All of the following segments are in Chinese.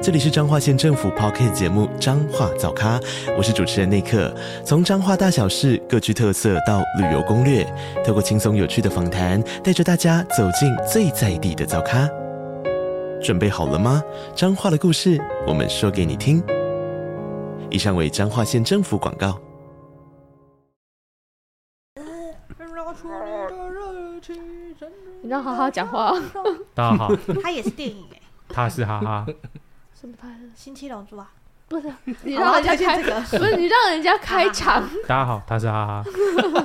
这里是彰化县政府 p o c k t 节目《彰化早咖》，我是主持人内克。从彰化大小事各具特色到旅游攻略，透过轻松有趣的访谈，带着大家走进最在地的早咖。准备好了吗？彰化的故事，我们说给你听。以上为彰化县政府广告。拿出你的热情，真你让好好讲话、哦。大家好， 它也是电影哎、他是哈哈，什么拍的？新七龙珠》啊，不是你好让我人家推开荐，这个。不是你让人家开场。大家好，他是哈哈，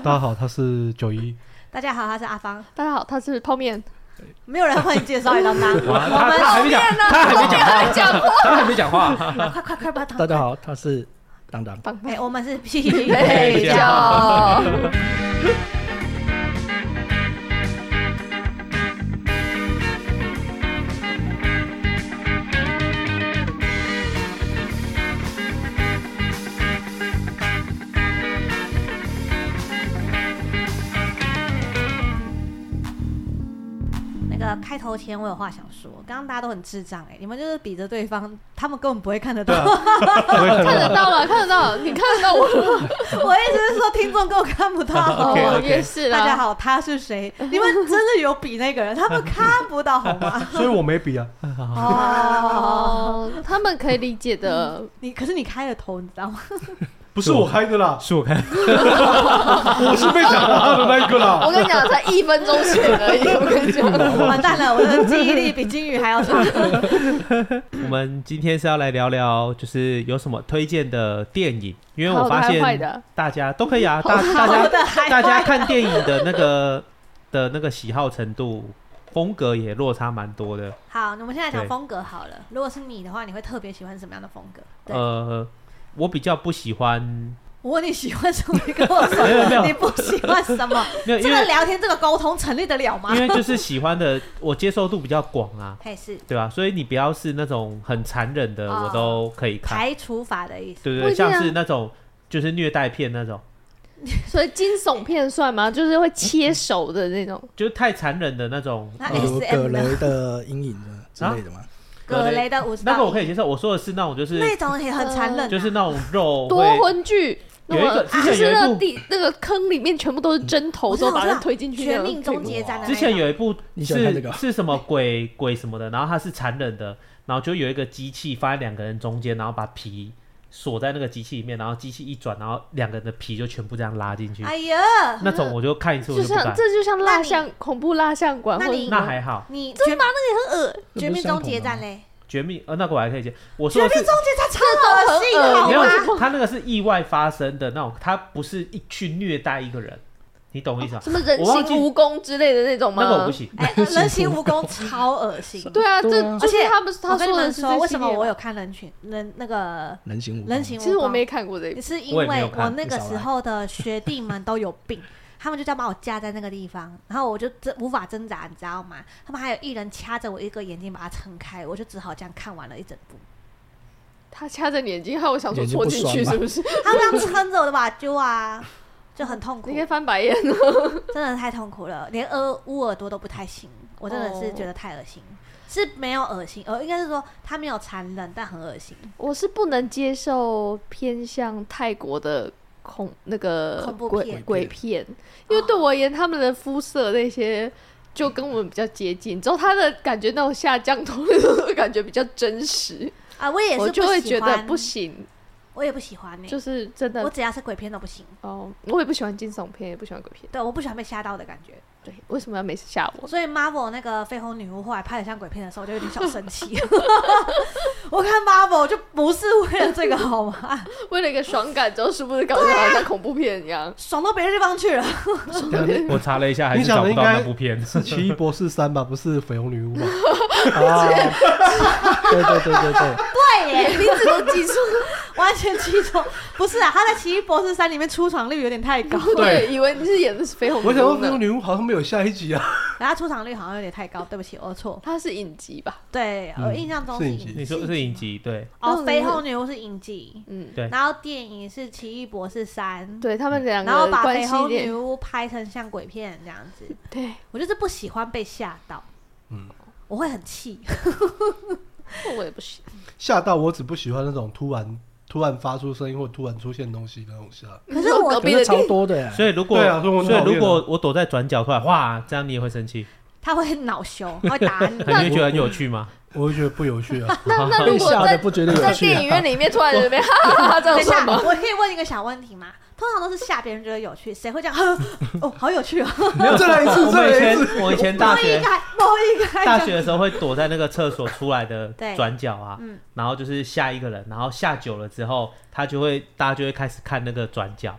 大家好，他是九一，大家好，他是阿芳，大家好，他是泡面。没有人会介绍你到 他。哇他他还没讲，他还没讲话，他还没讲话，快快快把他。大家好，他是当当。棒棒哎，我们是 屁配角。那个开头前我有话想说，刚刚大家都很智障哎、你们就是比着对方，他们根本不会看得到。啊看得到了，看得到，你看得到 我。 我一直是说听众根本看 不到。哦，也是 啦。大家，好，他是谁？你们真的有比那个人， 他们看不到好吗？所以我没比啊，哦，哦，他们可以理解的。你可是你开了头，你知道吗？不是我开的啦，是我看，我是被讲话的那一个啦。我跟你讲，才一分钟前而 已。我跟你啊讲，完蛋了，我的记忆力比金鱼还要差。我们今天是要来聊聊，就是有什么推荐的电影，因为好我的发还是坏现的大家都可以啊，大好大的家还大家坏看电影的那个的那个喜好程度、风格也落差蛮多的。好，那我们现在讲对风格好了。如果是你的话，你会特别喜欢什么样的风格？对，呃，我比较不喜欢，我问你喜欢什么，你跟我说没有没 有你不喜欢什么？没有这因个为聊天这个沟通成立得了吗因？为就是喜欢的，我接受度比较广啊，嘿，是对吧、所以你不要是那种很残忍的，哦我都可以看，排除法的意思。对对不一对，定啊像是那种就是虐待片那种。所以惊悚片算吗？就是会切手的那种。就是太残忍的那种，那比 S 如葛 M 呢？雷的阴影啊之类的嘛，葛雷的五十那个我可以接受。我说的是那种就是那种也很残忍啊，就是那种肉夺会魂剧，那有一个么之就前是有一那部个地那个坑里面全部都是针头，我知之后道把我知人道推进去那绝个命地步终结战的那之前种有一部你喜欢看这是个是什么鬼鬼什么的，然后它是残忍的，然后就有一个机器放在两个人中间，然后把皮锁在那个机器里面，然后机器一转，然后两个人的皮就全部这样拉进去。哎呀，那种我就看一次我就就不像敢，这就像那蜡你像恐怖蜡像馆或那者你什那么还好。你真把那个很恶那绝不命是终相结同的吗战嘞，绝命呃那个我还可以接，我绝说的命是终结战超恶心这都很好恶心没有吗？，他那个是意外发生的那种，他不是一去虐待一个人，你懂我意思吗？哦什么人我忘形记蜈蚣之类的那种吗？那个我不行，哎，人形蜈蚣超恶心。对啊，这对啊就是而且他们他我跟你说的们是说，这为系什么列我嘛有看人群人那个人形舞。人形蜈蚣？其实我没看过这一部，是因嗯我为也没有我看那个你少时来候的学弟们都有病，他们就这样把我架在那个地方，然后我就真无法挣扎，你知道吗？他们还有一人掐着我一个眼睛把它撑开，我就只好这样看完了一整部。他掐着你眼睛，害我想说眼睛戳不进爽去吗是不是？ 他们这样撑着我的把揪啊，就很痛苦你可，以翻白眼了。真的太痛苦了，连呃捂耳朵都不太行，我真的是觉哦得太恶心。是没有恶心，呃，应该是说他没有残忍，但很恶心，我是不能接受偏向泰国的恐那个恐怖鬼片鬼片，因为对我而言，他们的肤色那些就跟我们比较接近，之后他的感觉那种下降头那种感觉比较真实，啊！我也是我就不会喜觉得欢不，行，我也不喜欢呢、欸就是真我的只要是鬼片都不行，哦，我也不喜欢惊悚片，也不喜欢鬼片，对，我不喜欢被吓到的感觉。对，为什么要每次吓我？所以 Marvel 那个绯红女巫后来拍的像鬼片的时候，我就有点小生气。 我看 Marvel 就不是为了这个好吗？ 啊为了一个爽感，之后是不是搞得好像恐怖片一 样？爽到别的地方去了。 我查了一下，还你是想找的不应到该那部片。是奇异博士三吧，不是绯红女 巫吧？啊，对对对对对， 对耶，名字都记错，完全记错。不是啊，他在《奇异博士三》里面出场率有点太高。 对，以为你是演的是绯红我女想巫说绯呢红。女巫好像没有下一集啊，可他出场率好像有点太高，对不起，我错。它是影集吧？对，我印象中嗯是是影影集你说是影集对，哦，《绯红女巫》是影集，嗯，对然后电影是《奇异博士三》，对他们两然后个把《关绯系红女链，巫》拍成像鬼片这样子。 对，我就是不喜欢被吓到，嗯我会很气。 我也不行。吓到我，只不喜欢那种突然突然发出声音或突然出现东西那种吓。可是我隔可壁的是超电多的耶，所以如果对啊所以我很讨厌啊如果我躲在转角突然哇，这样你也会生 气，他会恼羞，他会打 你。那你会觉得很有趣 吗？我会觉得不有趣 啊。那那如被果吓在的不觉得有在趣电影啊。院里面突然有人被 哈哈哈哈这等样一下算，吗？我可以问一个小问题吗？通常都是吓别人觉得有趣，谁会这样？ 呵哦，好有趣哦！没有，再来一次我再们以来一前我以前 大摸一学个还，摸一个 还大这学样的时候会躲在那个厕所出来的 对转角啊嗯，然后就是吓一个人，然后吓久了之后，他就会大家就会开始看那个转角，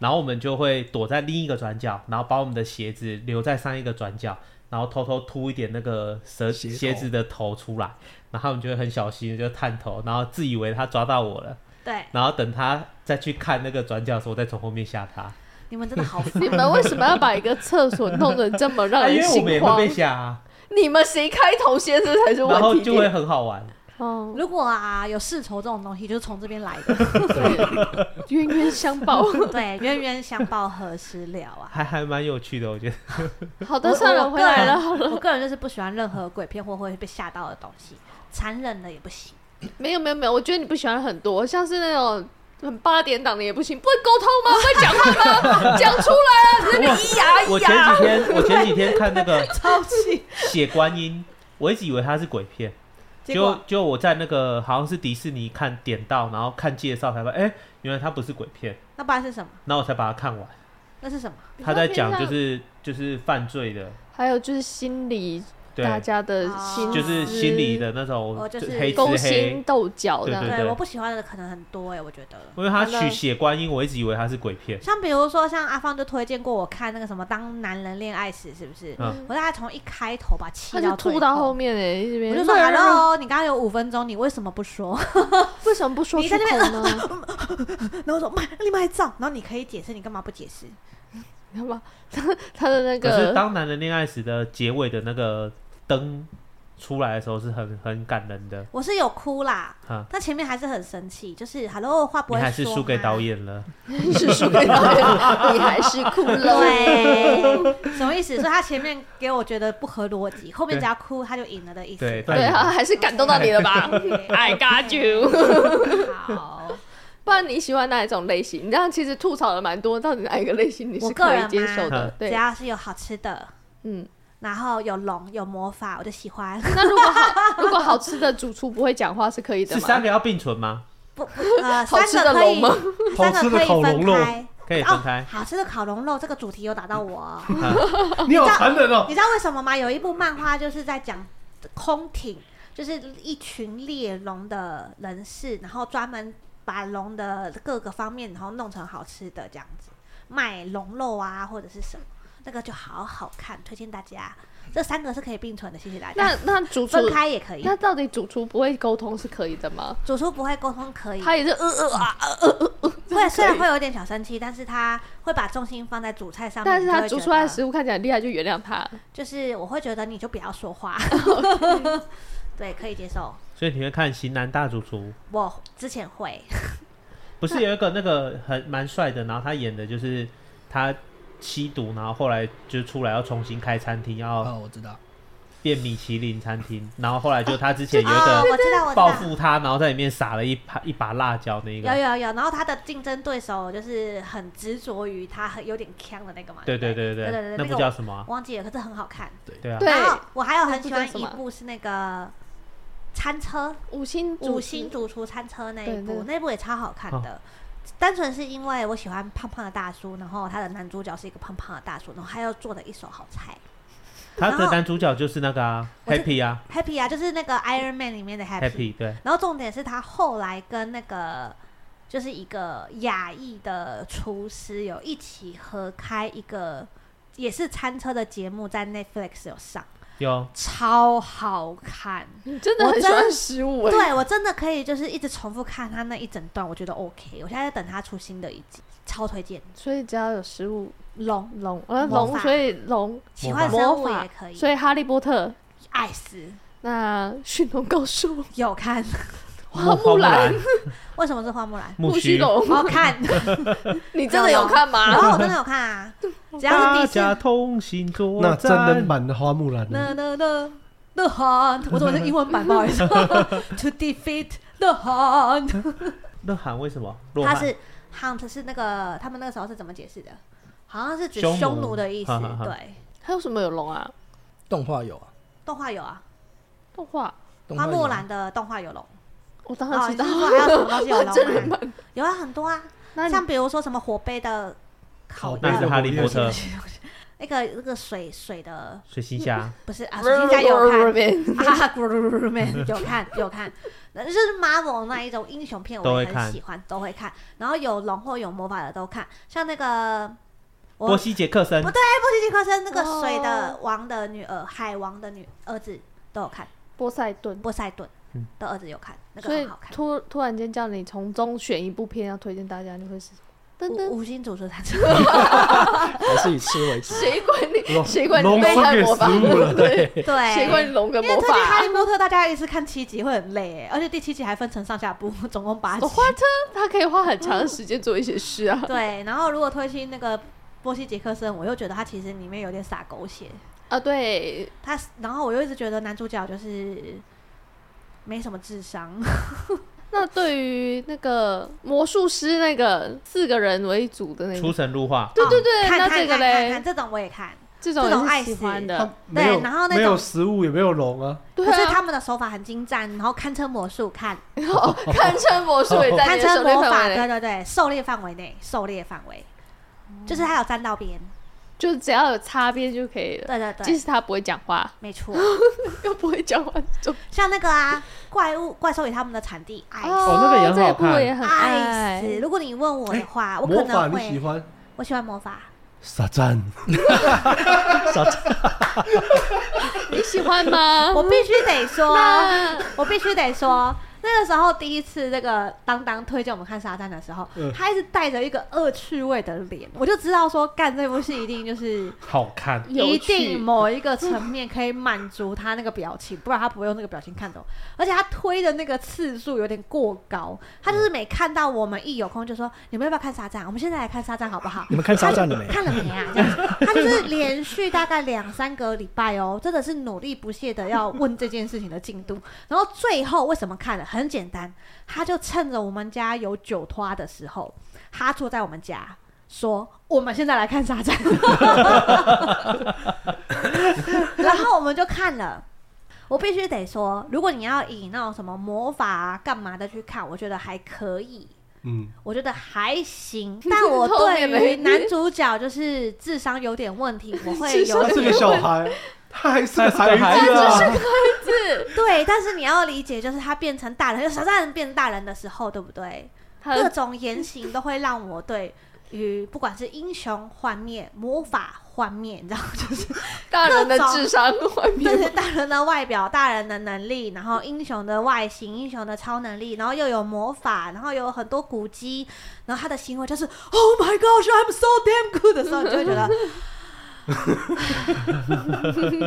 然后我们就会躲在另一个转角，然后把我们的鞋子留在上一个转角，然后偷偷凸一点那个蛇鞋头鞋子的头出来，然后我们就会很小心的就探头，然后自以为他抓到我了，对，然后等他再去看那个转角的时候，我再从后面吓他，你们真 的好烦 你们为什么要把一个厕所弄得这么让啊因人为我们心也慌会？被吓啊，你们谁开头先，这才是然后问题就会点。很好玩。哦，如果啊有世仇这种东西，就是从这边来 的，对冤冤相 报。对，冤冤相报何时了啊！还还蛮有趣的，我觉得。好我的，算了，我回个来人了。我个人就是不喜欢任何鬼片或会被吓到的东西，残忍的也不行。没有没有没有，我觉得你不喜欢很多，像是那种。很八点档的也不行，不会沟通吗？不会讲话吗？讲出来啊！你在 那边咿呀 我咿前呀。几天我前几天看那个超气！血观音，我一直以为它是鬼片，结就果就我在那个好像是迪士尼看点到，然后看介绍才发现，哎、原来它不是鬼片，那不然是什么？然后我才把它看完。那是什么？他在讲就是就是犯罪的，还有就是心理，对，大家的心思就是心理的那种哦就是黑勾吃心黑。斗角这样对对对我不喜欢的可能很多哎、我觉得。因为他完了取血观音，我一直以为它是鬼片，像比如说，像阿芳就推荐过我看那个什么《当男人恋爱时》，是不是？嗯我大概从一开头吧，气他到就最吐到后后，面哎，这边我就说：“Hello，你刚刚有五分钟，你为什么不说 为什么不说你出在那啊口呢？？”然后我说：“妈，你们还照。”然后你可以解释，你干嘛不解释？你看吧，他 他的那可是个，当男人恋爱时的结尾的那个灯出来的时候是很很感人的，我是有哭啦，哈，但前面还是很生气，就是 “Hello”，话不嗯你会还是说输给嘛导。演了。你是输给导演，你还是哭 了。 对，什么意思？所以他前面给我觉得不合逻辑，后面只要哭他就赢了的意思。对对啊，还是感动到你 了吧？I got you。好，不然你喜欢哪一种类型？你这样其实吐槽了蛮多，到底哪一个类型你我是个可人以吗接受的嗯？只对，要是有好吃的，嗯。然后有龙有魔法，我就喜欢。 那如果好，如果好吃的主厨不会讲话是可以的是三吗？个要并存吗？不，不呃， 好吃三个的可以龙吗，三个可以好吃的烤分龙肉哎开。可以分开哦，。好吃的烤龙肉这个主题有打到我 哦，你好残忍哦！你知道为什么吗？有一部漫画就是在讲空艇，就是一群猎龙的人士，然后专门把龙的各个方面，然后弄成好吃的这样子，卖龙肉啊或者是什么，那个就好好看，推荐大家。这三个是可以并存的，谢谢大那家。那主厨分，开也可以，那到底主厨不会沟通是可以的吗？主厨不会沟通可以，他也是呃呃啊，会虽然会有点小生气，但是他会把重心放在主菜上面。但是他你就煮会出来的觉得食物看起来很厉害，就原谅他。嗯就是我会觉得你就不要说 话， 对，可以接受。所以你会看《型男大主厨我之前会，》，不是有一个那个很蛮帅的，然后他演的就是他吸毒，然后后来就出来要重新开餐厅，要哦，我知道，变米其林餐厅，然后后来就他之前有一哦，个我知道，我知报道，复他，然后在里面撒了一把一把辣椒那有个，有有。然后他的竞争对手就是很执着于他很有点呛的那个嘛，对对对对对对，那那个部叫什么啊我？忘记了，可是很好看。对啊，对然后我还有很那部喜叫欢什一么部是那个餐车，五星五星主厨餐车那一对部对，那部也超好看的。单纯是因为我喜欢胖胖的大叔，然后他的男主角是一个胖胖的大叔，然后他又做了一手好菜。他然的后男主角就是那个啊我是，Happy 啊 Happy 啊，就是那个 Iron Man 里面的 Happy。 ，Happy 对，然后重点是他后来跟那个就是一个亚裔的厨师有一起合开一个也是餐车的节目，在 Netflix 有上，有超好看。你真的我很喜真欢食物哎。对我真的可以就是一直重复看他那一整段，我觉得 OK。我现在在等他出新的一集，超推荐。欸所以只要有食物，龙，龙，呃，魔龙，法所以龙，奇幻生魔物法也可以，所以哈利波特，爱死那驯龙高手，有看， 花木兰，为什么是花木兰？木须须，龙，好看，你真的有看然吗？后我真的有看啊，只要大是第一家次，同行作那真人战。版的花木兰那呢？那那 The Hunt，我怎么是英文版？不好意 思，To defeat the Hunt，那喊为什么？洛它汗是 Hunt 是那个他们那个时候是怎么解释的？好像是指匈奴匈奴的意思哈哈，哈对，还有什么有龙啊？动画有啊，动画有啊，动画，动画啊花有木兰的动画有龙，我当哦，然你知道是，说还有什么东西有 真人龙吗？版。有啊，很多啊，那你像比如说什么火杯的烤那是的，哈利波特、 那个那个水水的，水行侠、不是啊， 水晶家有看。看，啊， 咕噜噜噜噜有看有看，那就是 Marvel 那一种英雄片，都我会也看很喜欢，都会看。然后有龙或有魔法的都看，像那个我波西杰克森不、波西杰克森那个哦水的王的女儿，海王的女儿子都有看，波塞顿。波塞顿嗯的儿子有看，那个所以很好看。突突然间叫你从中选一部片要推荐大家，你会是什么？噔噔，五五星主 厨餐还是以吃为主。谁管你？龙谁管你龙被输看给魔法？食物 了，对， 谁管你龙跟因为魔推荐《哈法利波特》，大家一次看七集会很累，而且第七集还分成上下部， 总共八集我。哦花车，他可以花很长的时间做一些事啊。对，然后如果推荐那个波西杰克森，我又觉得他其实里面有点洒狗血， 啊，对，他是，然后我又一直觉得男主角就是没什么智商，那对于那个魔术师那个四个人为组的那出个，神入 化，对对对，哦看那看这个看看看嘞，这种我也看，这种这种也爱是喜死欢它的，没有对然后那没有种食物也没有龙啊，对可是啊，他们的手法很精湛，然后堪称魔术，看 堪称哦魔术也在堪你的称狩猎哦魔法，范围对内，对对，狩猎范围内，狩猎范围，就是他有沾到边，就只要有擦边就可以了。对对即对，使他不会讲话，没错，又不会讲话，就像那个啊，怪物怪兽与他们的产地，爱死。哦那个也很这好部我看也很爱爱哎死！。如果你问我的话，啊我可魔法能你喜会，欢？我喜欢魔法，傻赞，你喜欢吗？我必须得 说，那我必须得说，那个时候第一次那个当当推荐我们看《沙赞》的时候，嗯他一直带着一个恶趣味的脸，我就知道说干这部戏一定就是好看。有一趣定某一个层面可以满足他那个表情，不然他不会用那个表情看懂。而且他推的那个次数有点过高，他就是每看到我们一有空就说：“你们要不要看《沙赞》？我们现在来看《沙赞》好不好？”你们看沙赞了没？看了没啊？这样 子，他就是连续大概两三个礼拜哦，真的是努力不懈的要问这件事情的进度。然后最后为什么看了？很简单，他就趁着我们家有酒托的时候，他坐在我们家说：“我们现在来看沙赞。” 然后我们就看了。我必须得说，如果你要以那种什么魔法啊、干嘛的去看，我觉得还可以。嗯，我觉得还 行，但我后面对于没男主角就是智商有点问题，我会智商有他 是点个小孩，他还是个他是个孩子孩啊，是 对。但是你要理解，就是他变成大人，就是小大人变大人的时候，对不对？他各种言行都会让我对于不管是英雄幻灭、魔法幻灭，你知道吗，就是大人的各种智商幻 这灭是大人的外表、大人的能力，然后英雄的外形、英雄的超能力，然后又有魔法，然后有很多古迹，然后他的行为就是 “Oh my gosh, I'm so damn good” 的时候，你就会觉得，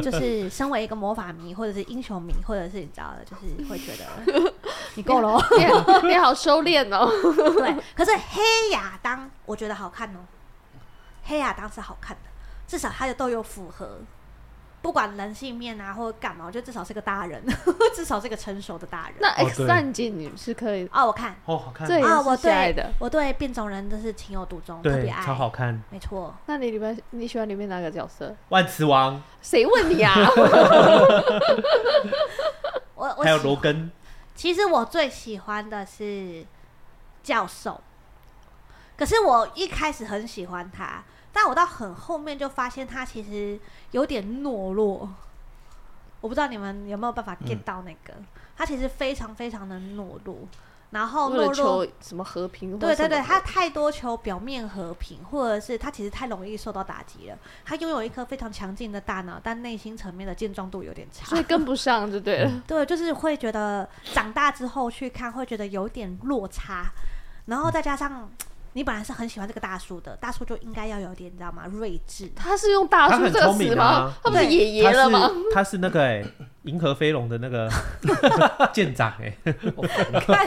就是身为一个魔法迷，或者是英雄迷，或者是你知道的，就是会觉得你够了哦。你好你好收敛哦。对，可是黑亚当我觉得好看哦，黑亚当是好看的，至少他的都有符合，不管人性面啊或者干嘛，我觉得至少是个大人， 至少是个成熟的大人。那哦对 X 战警你是可以，哦，我看哦，好看，这也啊，我是喜爱对的。我对变种人真是情有独钟，特对别，爱，超好看。没错。那你里面你喜欢里面哪个角色？万磁王谁问你 啊？我我还有喜罗根，其实我最喜欢的是教授，可是我一开始很喜欢他，但我到很后面就发现他其实有点懦弱。我不知道你们有没有办法 get 到那个，他其实非常非常的懦弱，然后为了懦弱，求什么和平或什对么的？对对，他太多求表面和平，或者是他其实太容易受到打击了。他拥有一颗非常强劲的大脑，但内心层面的健壮度有点差，所以跟不上就对嗯了。对，就是会觉得长大之后去看，会觉得有点落差，然后再加上你本来是很喜欢这个大叔的，大叔就应该要有点你知道吗？睿智。 他是用大他叔很这个聪明词啊吗？他不是对爷爷了吗？他是他是那个哎、银河飞龙的 那个舰长哎、看，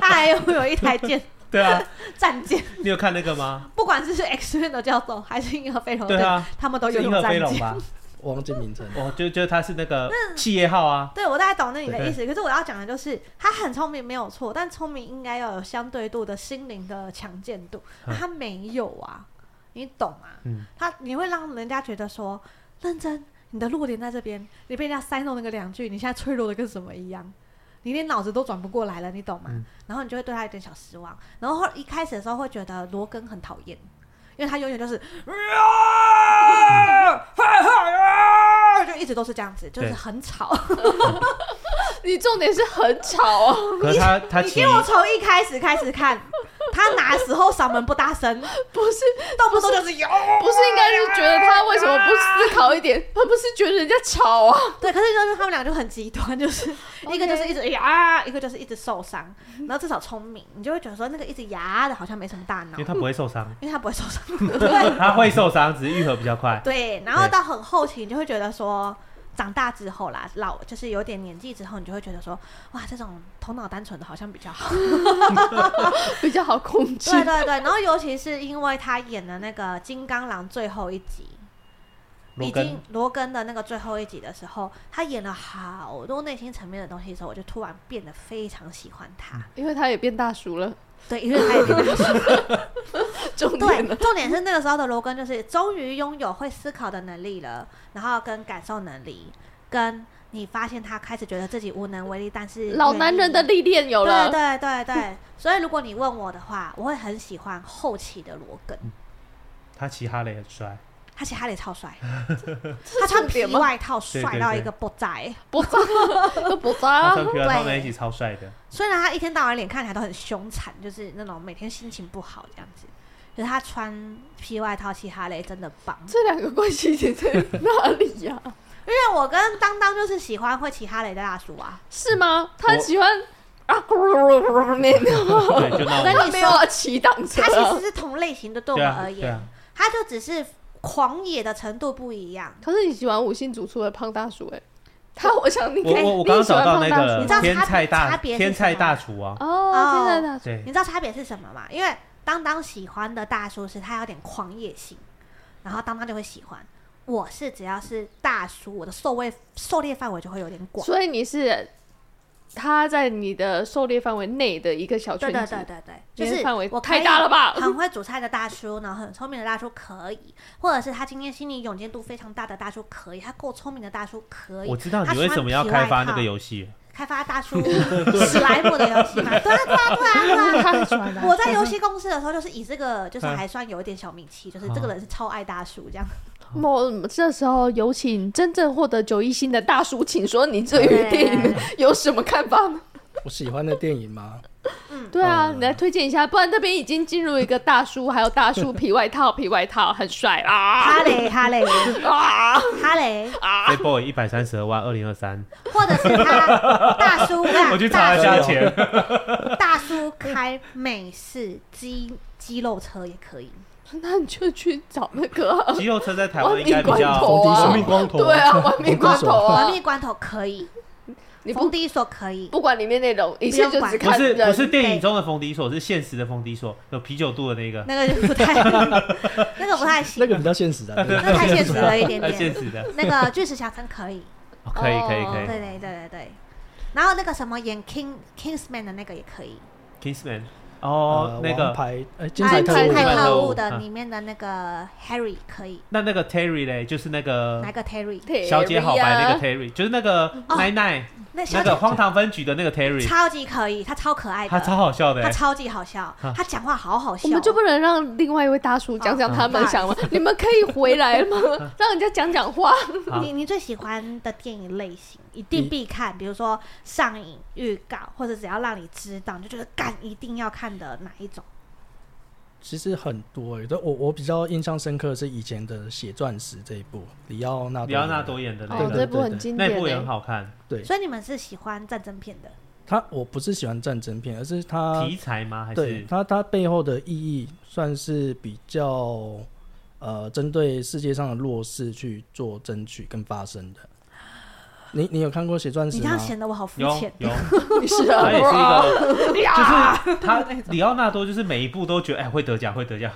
他还有有一台舰对啊，战舰，你有看那个吗？不管是 X Men 的教授还是银河飞龙对队，啊，他哦们都是拥银有河战飞龙舰。吧？我忘记名称了。哦，就就他是那个企业号啊，对，我大概懂那你的对意思。可是我要讲的就是，他很聪明没有错，但聪明应该要有相对度的心灵的强健度，那他没有啊，你懂吗？嗯他你会让人家觉得说，认真，你的弱点在这边，你被人家塞弄那个两句，你现在脆弱的跟什么一样。你连脑子都转不过来了，你懂吗？嗯然后你就会对他有点小失望。然后后一开始的时候会觉得罗根很讨厌，因为他永远 就是，嗯就一直都是这样子，就是对很吵。你重点是很吵啊，可是他他你其给我从一开始开始看，他哪时候嗓门不大声，不是动不动就是有。不是应该是觉得他为什么不思考一点，而不是觉得人家吵啊？ 对，可是就是他们俩就很极端，就是一个就是一直呀，一个就是一直受伤，然后至少聪明，你就会觉得说那个一直呀的好像没什么大脑因为，他不会受伤，因为他不会受 伤。对他会受伤，只是愈合比较快。对，然后对到很后期，你就会觉得说。长大之后啦，老就是有点年纪之后，你就会觉得说，哇，这种头脑单纯的好像比较好。比较好控制。对对对，然后尤其是因为他演的那个《金刚狼》最后一集，罗已根经罗根的那个最后一集的时候，他演了好多内心层面的东西的时候，我就突然变得非常喜欢他。嗯因为他也变大叔了， 对，因为 他也变得重点对，呢？重点是那个时候的罗根就是终于拥有会思考的能力了，然后跟感受能力，跟你发现他开始觉得自己无能为力，但是老愿男人的意历练有了，对对对对，所以如果你问我的话，我会很喜欢后期的罗根，他骑哈雷很帅，他其实他也超 帅，他穿皮外套帅到一个爆炸、欸不脏都不他脏穿。皮外套哦对那一集超帅的。虽然他一天到晚脸看起来都很凶残，就是那种每天心情不好这样子，可是他穿皮外套骑哈雷真的棒。 这两个关系点在哪里呀、因为我跟当当就是喜欢会骑哈雷的大叔啊，是吗？他我喜欢啊咕噜噜噜噜那种，对，就那我跟种，你他没有说，要骑挡车他。其实是同类型的，对我对们啊，而对言，啊，他就只是狂野的程度不一样。可是你喜欢五星主厨的胖大叔哎、他我想你我看我我你刚刚喜欢找到那胖大个你知道差了，别天菜大差别是天菜什么大厨啊，哦，天才大叔，对你，知道差别是什么吗？因为当当喜欢的大叔是他有点狂野型，然后当当就会喜欢。我是只要是大叔，我的狩猎狩猎范围就会有点广。所以你是他在你的狩猎范围内的一个小圈对子，对对对对，就你的是范围我可太以大了吧 很会煮菜的大叔，然后很聪明的大叔可以，或者是他今天心理勇健度非常大的大叔可以，他够聪明的大叔可以。我知道他你为穿什么要皮开外发那套个游戏了，开发大 叔史莱姆的游戏嘛？对啊对啊对啊对啊！他喜欢他我在游戏公司的时候，就是以这个，就是嗯还算有一点小名气，就是这个人是超爱大叔这样。某这时候有请真正获得九一星的大叔，请说你对于电影 有什么看法吗？我喜欢的电 影吗？对啊，呃嗯你来推荐一下，不然这边已经进入一个大叔，还有大叔皮外套，皮外套很帅啊哈雷 哈雷啊！哈雷，啊《Playboy》一百三十二万，二零二三，或者是他大叔， 我去查啊大一叔下钱。大叔开美式鸡鸡肉车也可以。那你就去找那个啊、肌肉车在 台亡湾应该命比关较，头低啊生，命光头，对啊，亡命关头玩啊，命关头可以，你封不地锁可以，不管里面内容，一切就只不不看是人。不是电影中的封底锁，是现实的封底锁，有啤酒肚的那个，那个就不太， 那个不太行那，个比较现实的，那个太现实了一点 呃，现点。实的，那个巨石强森可以，哦可以可以对可以。对对对对。然后那个什么演 King Kingsman 的那个也可以， Kingsman，呃哦，那王个牌呃，金啊牌金特金务牌牌特特务务的嗯里面的那个 Harry 可以，那那个 Terry 嘞，就是那嗯个哪个 Terry？小姐好白那个个 Terry，就是那个哦奶奶那小那姐个荒唐分局的那个 Terry，超级可以，他超可爱他的，超好笑的他欸，超级好笑，他讲话好好笑我哦。们就不能让另外一位大叔讲讲他们想吗？你们可以回来 吗？让人家讲讲话。好你你最喜欢的电影类型一定必看，比如说上瘾、预告，或者只要让你知道，你就觉得干一定要看的哪一种？其实很多欸，但我我比较印象深刻的是以前的《血钻石》这一部，里奥纳多里奥纳多演的那哦，个，这部很经那典部也很欸，好看，对所以你们是喜欢战争片的？他我不是喜欢战争片，而是他题材吗？还对是他他背后的意义算是比较呃针对世界上的弱势去做争取跟发声的。你你有看过《血钻石你》这样吗？显得我好肤有浅。有，你是他也是一啊，个， 就是他里奥纳多就是每一部都觉得哎会得奖会得奖，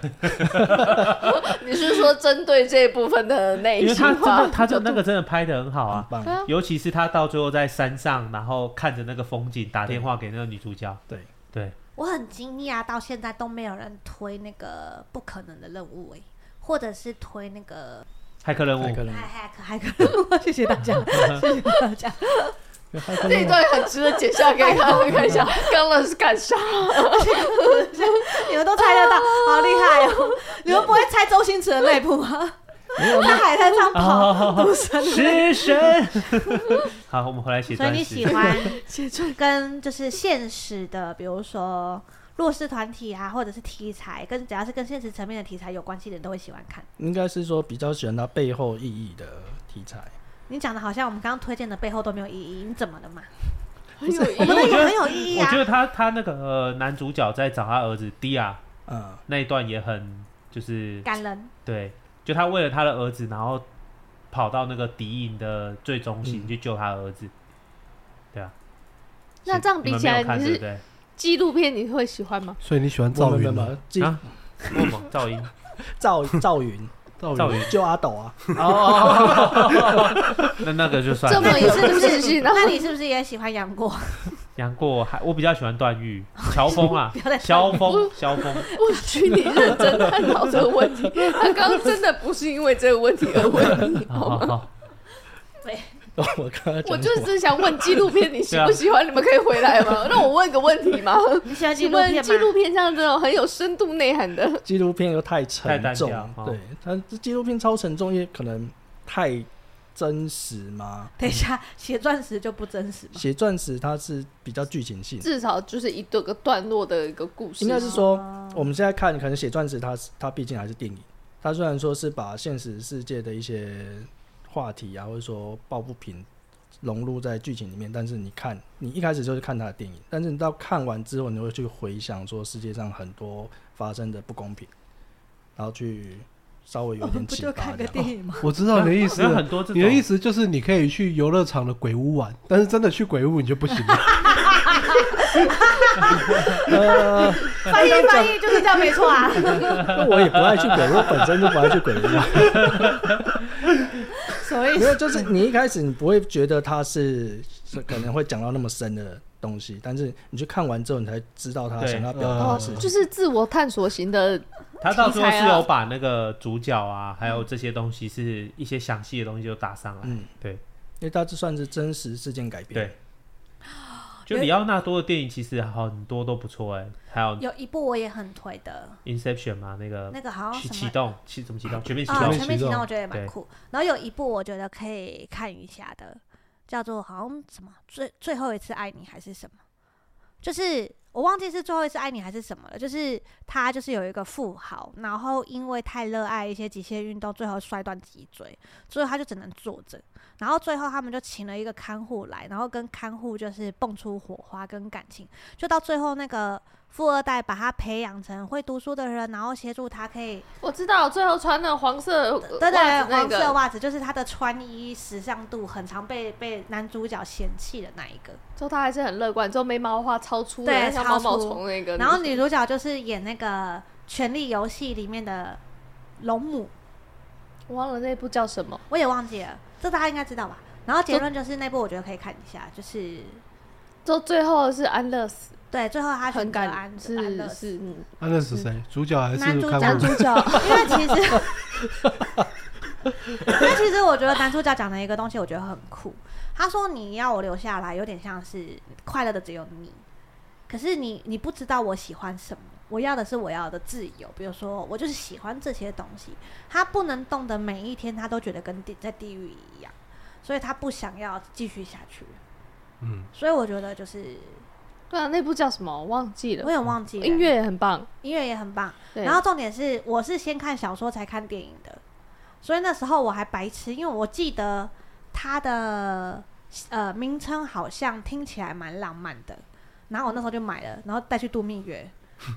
你是说针对这一部分的内因为心他真话的他就那个真的拍的很好啊很。棒，对啊尤其是他到最后在山上，然后看着那个风景，打电话给那个女主角。对对，我很惊讶，到现在都没有人推那个不可能的任务哎、或者是推那个骇客任太可哦务，能了。嗨 hack hack 任务。谢谢大家，谢谢大家。这一段很值得剪下给他们看一 下，刚刚是干啥？你们都猜得到，好厉害哦！你们不会猜周星驰的内部吗？他还在上跑，哦赌神。食神。好，我们回来写所以钻你石 喜。欢跟就是现实的，比如说弱势团体啊，或者是题材，跟只要是跟现实层面的题材有关系的，你都会喜欢看。应该是说比较喜欢它背后意义的题材。你讲的好像我们刚刚推荐的背后都没有意义，你怎么了嘛？很有意我们义的我觉也得很有意义我啊觉。得他他那个、呃、男主角在找他儿子迪亚嗯，那一段也很就是感人，对，就他为了他的儿子，然后跑到那个敌营的最中心、嗯去救他儿子。对啊，那这样比起来你们没你有看对是不对？纪录片，你会喜欢吗？所以你喜欢我赵们云什吗？么？记啊为什么噪音？赵赵云， 赵云救阿斗啊！ 哦那那个就算这了。么有故事性，然后那你是不是也喜欢杨过？杨过还我比较喜欢段誉、乔峰啊不，要再萧 峰、萧峰。我去，你认真探讨这个问题。他刚刚真的不是因为这个问题而问 你，好好好吗？好，我刚 刚我讲就过只想问纪录片你喜啊不喜欢，你们可以回来 吗？让我问个问题吗？你喜欢纪请录问片纪录吗？片像这种很有深度内涵的，纪录片又太太沉单重调，哦对，它这纪录片超沉重，因为可能太真实嘛。等一下，写钻石就不真实吗？写钻石它是比较剧情性，至少就是一个个段落的一个故事应。该是说我们现在看可能写钻石它是它毕竟还是电影，它虽然说是把现实世界的一些话题啊，或者说抱不平融入在剧情里面，但是你看你一开始就是看它的电影，但是你到看完之后，你会去回想说世界上很多发生的不公平，然后去稍微有我点啊们不启就发看个的。电 影吗？我知道你的意思有，很多这你的意种，思就是你可以去游乐场的鬼屋玩，但是真的去鬼屋你就不行了。呃，翻译翻译就是这样，没错啊。 那我也不爱去鬼屋，我本身就不爱去鬼屋。 所以 没有，就是你一开始你不会觉得它是是可能会讲到那么深的东西，但是你去看完之后，你才知道他对呃想要表达哦的事，情。就是自我探索型的，他到最后题材是啊有把那个主角啊，还有这些东西是一些详细的东西就打上来。嗯，对因为它这算是真实事件改编。对，就里奥纳多的电影其实很多都不错哎，还有有一部我也很推的， Inception 嘛，那个那个好像启什启么动启怎么启动全面启啊，动全面启启动动我觉得也蛮对酷。然后有一部我觉得可以看一下的，叫做好像什么最最后一次爱你还是什么，就是我忘记是最后一次爱你还是什么了。就是他就是有一个富豪，然后因为太热爱一些极限运动，最后摔断脊椎，所以他就只能坐着。然后最后他们就请了一个看护来，然后跟看护就是蹦出火花跟感情，就到最后那个。富二代把他培养成会读书的人，然后协助他可以我知道最后穿的黄色呃袜子对对，那黄色个，袜子就是他的穿衣时尚度很常被被男主角嫌弃的那一个。之后他还是很乐观，之后眉毛画超粗的，对很像毛超毛粗虫那个。然后呃你女主角就是演那个《权力游戏》里面的龙母，我忘了那部叫什么，我也忘记了，这大家应该知道吧？然后结论就是那部我觉得可以看一下，就是之后最后是安乐死，对，最后他哦很选择感安安乐是死，是嗯啊那是谁？主角还是男主角看男护主人？角。 因为其实，因为其实我觉得男主角讲的一个东西，我觉得很酷。他说：“你要我留下来，有点像是快乐的只有你，可是你你不知道我喜欢什么，我要的是我要的自由。比如说，我就是喜欢这些东西。他不能动的每一天，他都觉得跟地在地狱一样，所以他不想要继续下去。嗯，所以我觉得就是对啊，那部叫什么？我忘记我了。有点忘记了音乐也很棒，音乐也很棒。”对，然后重点是，我是先看小说才看电影的，所以那时候我还白痴，因为我记得他的呃名称好像听起来蛮浪漫的，然后我那时候就买了，然后带去度蜜月。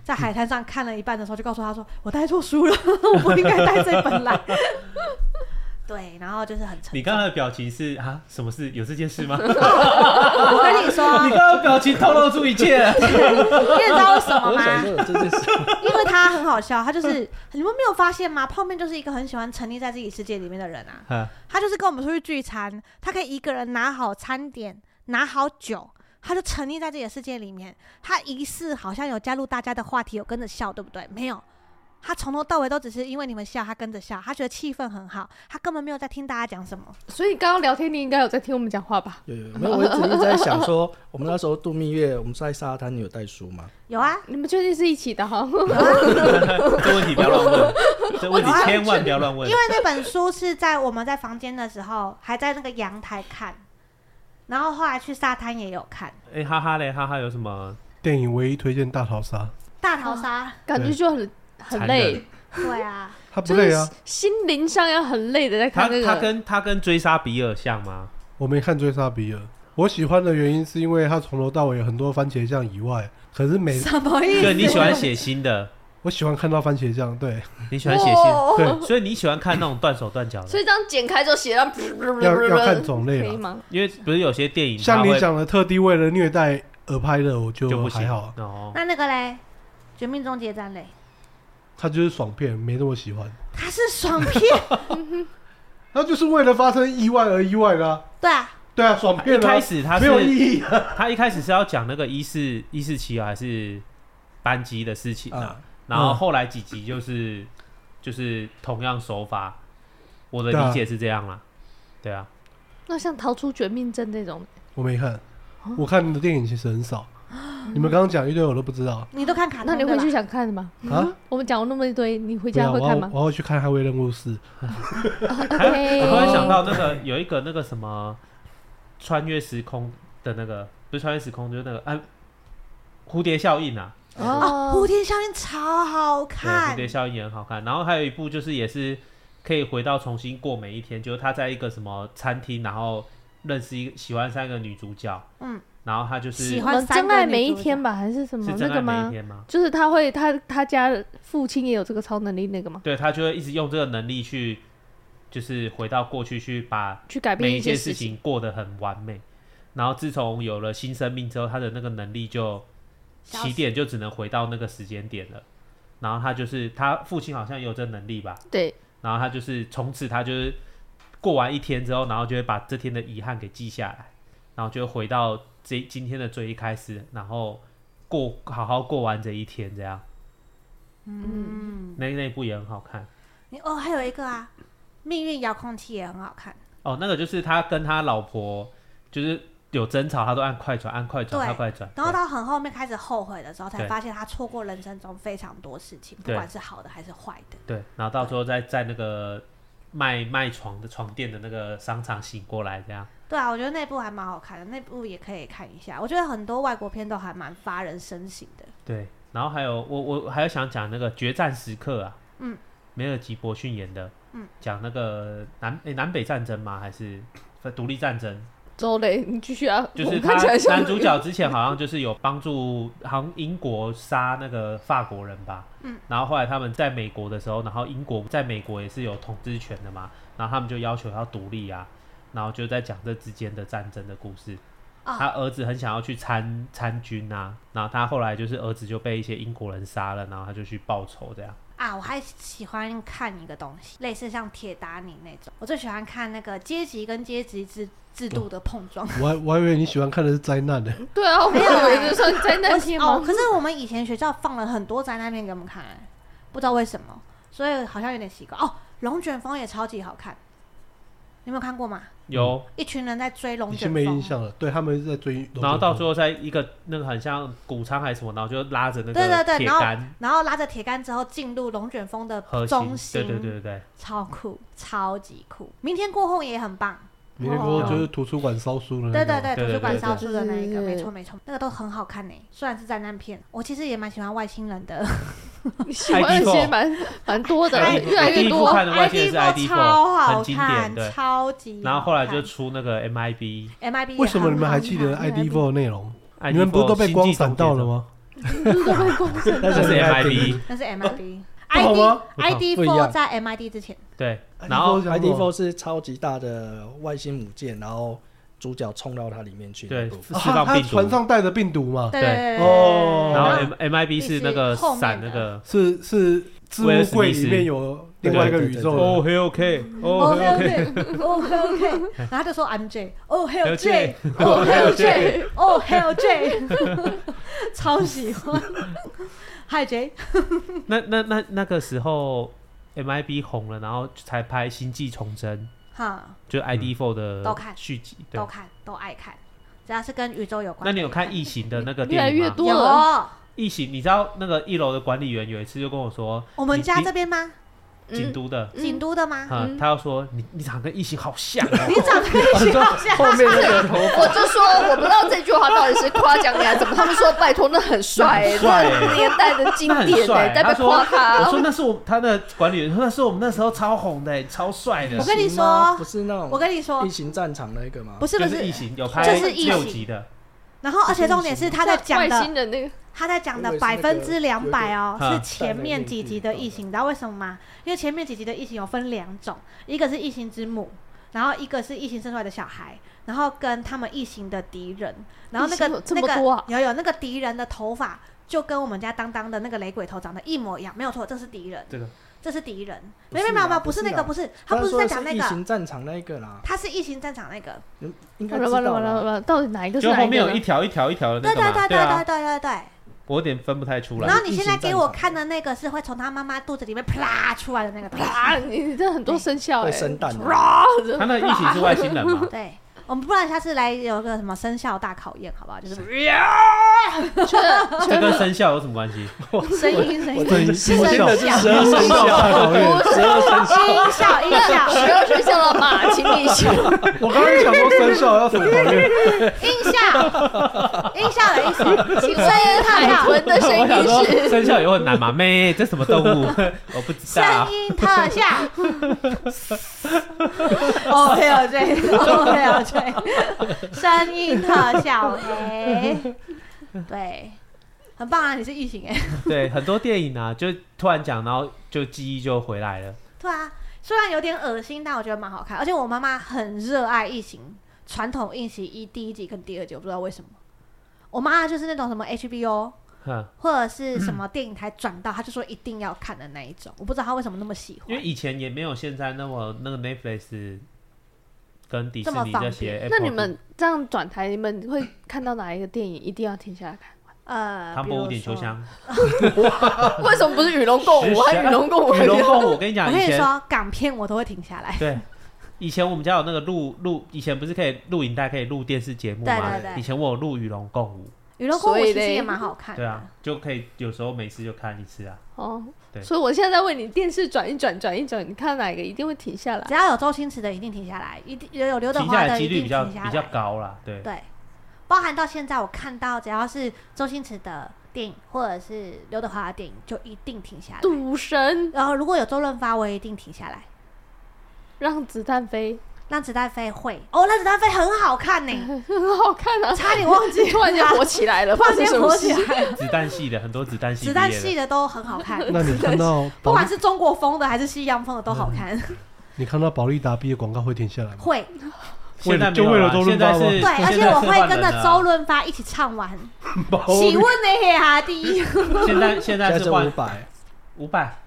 在海滩上看了一半的时候，就告诉他说：“我带错书了，我不应该带这本来。” 对，然后就是很沉重。你刚才的表情是啊，什么事？有这件事吗？我跟你说，你刚刚的表情透露出一切。 你也知道为什么我吗 想？说有这件事，因为他很好笑，他就是你们没有发现吗？泡面就是一个很喜欢沉溺在自己世界里面的人啊。嗯他就是跟我们出去聚餐，他可以一个人拿好餐点，拿好酒，他就沉溺在自己的世界里面。他疑似好像有加入大家的话题，有跟着笑，对不对？没有。他从头到尾都只是因为你们笑，他跟着笑，他觉得气氛很好，他根本没有在听大家讲什么。所以你刚刚聊天，你应该有在听我们讲话吧？有有有没有？我一直一直在想说，我们那时候度蜜月，我们在沙滩，你有带书 吗？有啊，你们确定是一起的哈？ 这问题不要乱问，这问题千万不要乱问因。为那本书是在我们在房间的时候，还在那个阳台看，然后后来去沙滩也有看哎、哈哈嘞，哈哈有什么？电影唯一推荐《大逃杀》，大逃杀。感觉就很很残累忍，对啊，他不就累是啊，心灵上要很累的在他看这他个。跟他跟追杀比尔像吗？我没看《追杀比尔》，我喜欢的原因是因为他从头到尾有很多番茄酱以外，可是 每什么意对，你喜欢血腥的，我喜欢看到番茄酱，对，你喜欢血腥，哇对所以你喜欢看那种断手断脚所的，以这样剪开之后写上，要要看种可类以了。吗？因为不是有些电影它像你会讲的特地为了虐待而拍的，我就不还行好，哦。那那个嘞，《绝命终结战》嘞，他就是爽片，没那么喜欢。它是爽片，那就是为了发生意外而意外的啊、对啊，对啊，爽一片啊开，始他没有是意义啊。他一开始是要讲那个一四一四七哦还是班机的事情啊啊，，然后后来几集就是就是同样手法，我的对啊理解是这样啦。对啊，那像逃出绝命镇这种，我没看，哦我看的电影其实 很少。你们刚刚讲一堆我都不知道你都看卡通啊那你对会吧去想看的吗？啊！我们讲了那么一堆，你嗯回不家要，会我看要吗我要去看《捍卫任务四》。我？OK，突然想到那个有一个那个什么穿越时空的那个，不是穿越时空，就是那个哎、蝴蝶效应啊，哦，哦蝴，蝶效应超好对，蝴看，蝶效应也很好看。然后还有一部就是也是可以回到重新过每一天，就是他在一个什么餐厅，然后认识一个喜欢上一个女主角，嗯，然后他就是喜是欢我们真爱每一三个女天吧，还是什么那真个爱每一吗？天吗？就是他会，他他家父亲也有这个超能力那个吗？对他就会一直用这个能力去，就是回到过去去把去改变每一些件事情。情过得很完美。然后自从有了新生命之后，他的那个能力就消失起点就只能回到那个时间点了。然后他就是他父亲好像也有这能力吧，对，然后他就是从此他就是过完一天之后，然后就会把这天的遗憾给记下来，然后就会回到这今天的最一开始，然后过好好过完这一天，这样嗯，那那一部也很好看。你哦，还有一个啊，《命运遥控器》也很好看，哦，那个就是他跟他老婆就是有争吵，他都按快转，按快转，对按快转。然后到很后面开始后悔的时候，才对发现他错过人生中非常多事情，不对管是好的还是坏的。对，然后到最后再在那个卖卖床的床垫的那个商场醒过来，这样。对啊，我觉得那部还蛮好看的，那部也可以看一下。我觉得很多外国片都还蛮发人深省的。对，然后还有我我还有想讲那个《决战时刻》啊，嗯，梅尔吉伯逊演的，嗯，讲那个南诶南北战争吗？还是独立战争？周磊，你继续啊。就我是他看起来像男主角之前好像就是有帮助，好像英国杀那个法国人吧。嗯。然后后来他们在美国的时候，然后英国在美国也是有统治权的嘛，然后他们就要求要独立啊，然后就在讲这之间的战争的故事。哦他儿子很想要去参参军啊，然后他后来就是儿子就被一些英国人杀了，然后他就去报仇这样。啊，我还喜欢看一个东西，类似像铁达尼那种。我最喜欢看那个阶级跟阶级制制度的碰撞。我还我还以为你喜欢看的是灾难呢。对啊，我们没有以为欸就算灾我难喜片哦吗，？可是我们以前学校放了很多灾难片给我们看、欸不知道为什么，所以好像有点奇怪。哦，龙卷风也超级好看，你有没有看过吗？有，一群人在追龙已卷经风，没印象了。对他们是在追，然后到最后在一个那个很像谷仓还是什么，然后就拉着那对对个对铁然后杆然后拉着铁杆之后进入龙卷风的核中心，对对对对对。超酷，超级酷。明天过后也很棒，明天过后就是图书馆烧书了。哦对对对，嗯对图对书馆对烧对书的那一个，是没错没错，那个都很好看呢、虽然是灾难片，我其实也蛮喜欢外星人的你喜欢的 ID 些 four 蛮蛮多的，哎越来越我多看。的外线是 ID4 ID4 超好很经典看，对超级好看。然后后来就出那个 MIB， MIB，为什么也你们还很好记得看 ID Four 内容？ ID4 你们不是都被光闪到了啊星际终结者？那吗？那是 MIB，那是 MIB。哦好 ID 吗啊 ID 不一样 Four 在 MID 之前，对，然后 ID Four 是超级大的外星母舰，然后主角冲到它里面去那对部分。释啊，放他病毒船，上带着病毒嘛，对对对对哦然后 M 对 MIB 是那个是后面闪的那个是是置物柜里面有另外一个宇宙对的。嘿 OK，哦哦，Hell J，Oh Hell J，然后他就说 I'm J，Oh Hell Hell J J，Oh Hell J，Oh Hell J，超喜欢。Hi J，那那那那个时候 MIB 红了，然后才拍《星际重生》，哈，就嗯 ID Four 的都看续集。对都，看，都爱看，只要是跟宇宙有关。那你有看《异形》的那个越来电影越吗？多有了，哦异形，你知道那个一楼的管理员有一次就跟我说，我们你家你这边吗？京嗯，都的，景都的吗？啊嗯，他要说你你长得跟异形好像哦， 你长得跟学校后面那个头我就说我不知道这句话到底是夸奖你还是怎么，他们说拜托那很帅、欸，那很帅欸那年代的经那很典哎、帅欸，欸。在他被说，夸他我说那是我他的管理员说那是我们那时候超红的欸，超帅的我。跟你是吗说不，是那种我跟你说异，形战场那个吗？不是就不是异是，形有拍就是异形六集的，然后而且重点是他在讲外的星人那个他在讲我的以为是那百个分之两百哦，有一个是前面几集的异形，你知道为什么吗？因为前面几集的异形有分两种，一个是异形之母，然后一个是异形生出来的小孩，然后跟他们异形的敌人，然后那异形有个这那么多个啊有有那个敌人的头发就跟我们家当当的那个雷鬼头长得一模一样，没有错，这是敌人，这个这是敌人，不没是有啦没有没有，不不是是那啦个，不是，他不刚是在刚说讲那异个，形战场那个啦，他是异形战场那个，你们应该完知了道完了完了啦。完了，到底哪一个是就哪后一面有个一呢？条一条一条的对那个对对嘛，对啊对对，对对。我有点分不太出来然。后你异现形在给战我场看的那个是会从他妈妈肚子里面啪出来的那个东西。？啊，你你这很多生肖哎、会欸，生蛋啊的哇这他那异形是外星人嘛 对，我们不然下次来有个什么生肖大考验，好不好？就是确这确跟生肖有什么关系？声音声音对，音听的效十二生肖大考验，不是嗯音效音效 十二生肖老马，请你笑。我刚刚想说生肖 要什么考验，音效音效的意思，请声问音海特效豚的声我想音是说生肖也会很难吗？ 妹，这什么动 物？我不知道声。音特 效。OK 哦 OK OK OK，声音特效 OK，对，很棒啊！你是异形哎，对，很多电影啊，就突然讲，然后就记忆就回来了。对啊，虽然有点恶心，但我觉得蛮好看，而且我妈妈很热爱异形传统异形一第一集跟第二集，我不知道为什么。我妈就是那种什么 HBO 哼，或者是什么电影台转到，她就说一定要看的那一种，我不知道她为什么那么喜因为欢。以前也没有现在那么那个 Netflix 跟迪士这么尼方这便些 Apple 那 TV。你们这样转台，你们会看到哪一个电影一定要停下来看？呃，唐比如伯虎点秋说香、 为什么不是与龙共舞？还与龙共舞？与龙共舞，我跟你 我讲，跟以你前说，港片我都会停下来。 对。以前我们家有那个录录，以前不是可以录影带可以录电视节目对吗？对对以前我有录《与龙共舞娱乐空舞其所以实嘞也蛮好》，看对的。啊，就可以有时候没事就看一次啊。 哦，对所以我现在在为你电视转一转，转一转，你看哪一个一定会停下来只。要有周星驰的一定停下来，一定有有刘德停华下的来一几率定比较停下比较来。高啦，对。对，包含到现在，我看到只要是周星驰的电影或者是刘德华的电影，就一定停下来。赌神然后如果有周润发，我也一定停下来。让子弹飞， 让子弹飞会哦，让子弹飞很好看呢， 很好看啊！差点忘记 啊突然间火起 来了，突然间发生什么火起事来了。子弹系的很多子弹子系毕业弹的系的都很好看，那你看到不保管是中国风的还是西洋风的都好看。你看到保利达 B 的广告会停下来吗？会现在没有就为了周润现在发吗是对，而且现在是我会跟换人了着啊 周润发一起唱完。保喜问的黑哈第一，现在现现在在是是换五百啊五百，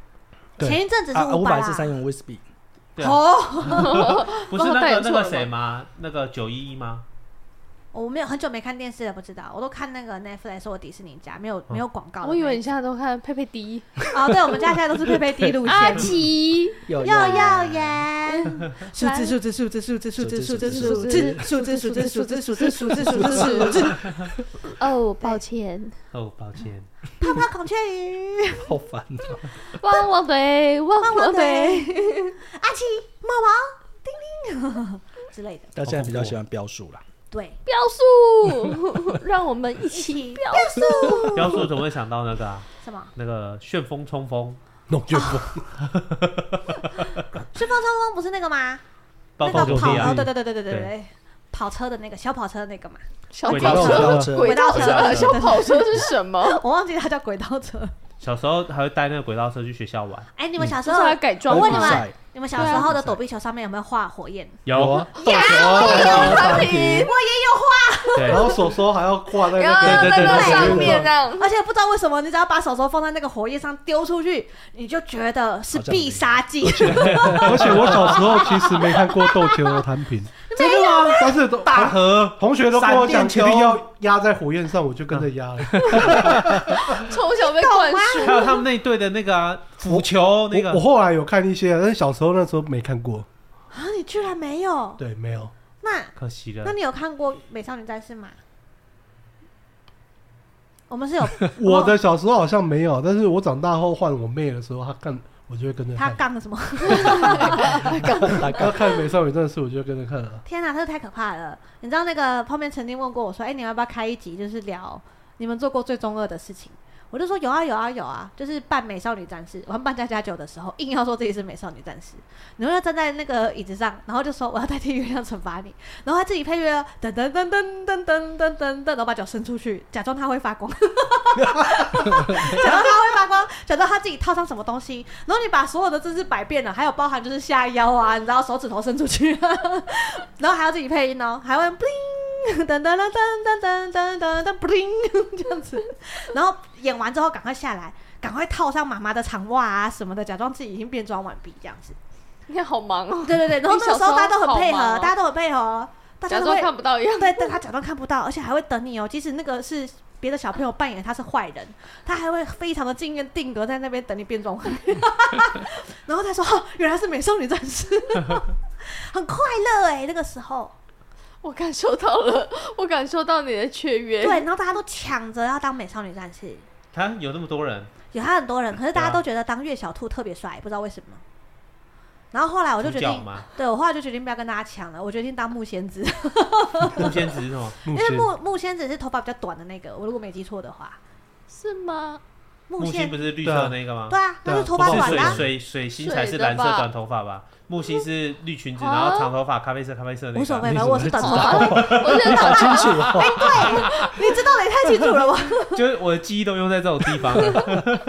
对前一阵子是啊，五百啦是三元 Whisky，对啊，哦，不是帮他代那言个错那了个吗谁吗？那个九一一吗？我没有很久没看电视了，不知道，我都看那个 Netflix 或迪士尼家，没有没有广告的那一种。 我以为你现在都看佩佩迪、哦，对，我们家现在都是佩佩低 路阿线。奇，又又哦耀 眼，数字数字数字数字数字数字数字数字数字数字数字数字数字数 字，哦，抱歉，哦，抱歉，泡泡孔雀鱼，好烦哦，汪汪队，汪棒棒汪队，腿， 阿奇，猫毛，叮叮之类的。 但现在比较喜欢标数啦，对，标速， 让我们一起标速。哦雕塑怎么会想到那个啊？什么？那个旋风冲锋，弄旋风，顺风冲锋不是那个吗？报那告个兄跑弟啊哦，！对对对对对对对对，跑车的那个小跑车的那个嘛，小轨跑道车，车轨道轨道车，车小跑车是什 么？我忘记它叫轨道车。小时候还会带那个轨道车去学校玩，哎，嗯你们小时这是候他改我装问你吗？们，你们小时候的躲避球上面有没有画火焰？有啊啊，三我也瓶，对然后手手还要挂那然后个，对对那个对上面这样，而且不知道为什么，你只要把手手放在那个火焰上丢出去，你就觉得是必杀技。 而且我小时候其实没看过斗球的摊 平，真的吗？但是都大河同学都跟我讲闪一电球定要压在火焰上，我就跟着压了。从小被灌输。还有他们那一队的那个啊浮球那我我个，后来有看一些，但是小时候那时候没看过。啊，你居然没有？对，啊没有。那可惜了那。你有看过《美少女战士》 吗？我们是有我的小时候好像没有，但是我长大后换我妹的时候，她看我就会跟着他看。杠了什么？她看《美少女战士》，我就会跟着 看了。天哪，这太可怕了！你知道那个泡面曾经问过我说：“哎、你们要不要开一集，就是聊你们做过最中二的事情？”我就说有啊有啊有啊，就是扮美少女战士，玩扮家家酒的时候，硬要说自己是美少女战士，然后要站在那个椅子上，然后就说我要代替月亮惩罚你，然后他自己配乐哦，噔噔噔噔噔噔噔噔噔，然后把脚伸出去，假装它会发光，假装它会发光，假装他自己套上什么东西，然后你把所有的姿势摆遍了，还有包含就是下腰啊，你知道手指头伸出去、然后还要自己配音哦，还会 bling 噔噔噔噔噔噔噔噔 bling 这样子，然后演完之后赶快下来，赶快套上妈妈的长袜啊什么的，假装自己已经变装完毕这样子。你看好忙哦，对对对，然后那个时候大家都很配合，你小时候好忙哦大家都很配合哦，大家假都装会看不到一样。对，但他假装看不到，而且还会等你哦。即使那个是别的小朋友扮演他是坏人，他还会非常的敬业定格在那边等你变装，然后他说、哦原来是美少女战士，很快乐哎、那个时候。我感受到了，我感受到你的雀跃。对，然后大家都抢着要当美少女战士，他有那么多人，有他很多人，可是大对家啊都觉得当月小兔特别帅，不知道为什么。然后后来我就决主角定， 嘛，对我后来就决定不要跟大家抢了，我决定当木仙子，木仙子是什么？木因仙为木木仙子是头发比较短的那个，我如果没记错的话，是吗？木木星仙不是绿色的那个吗对？啊，那对是啊头发头短是的啊、水水水星才是水的吧蓝色短头发吧？木星是绿裙子，然后长头发咖啡色咖啡色那个啊啊。无所谓你吧，怎我么是短头知发，我觉得好清楚哦， 你知道的也太清楚了吧？就是我的记忆都用在这种地 方了。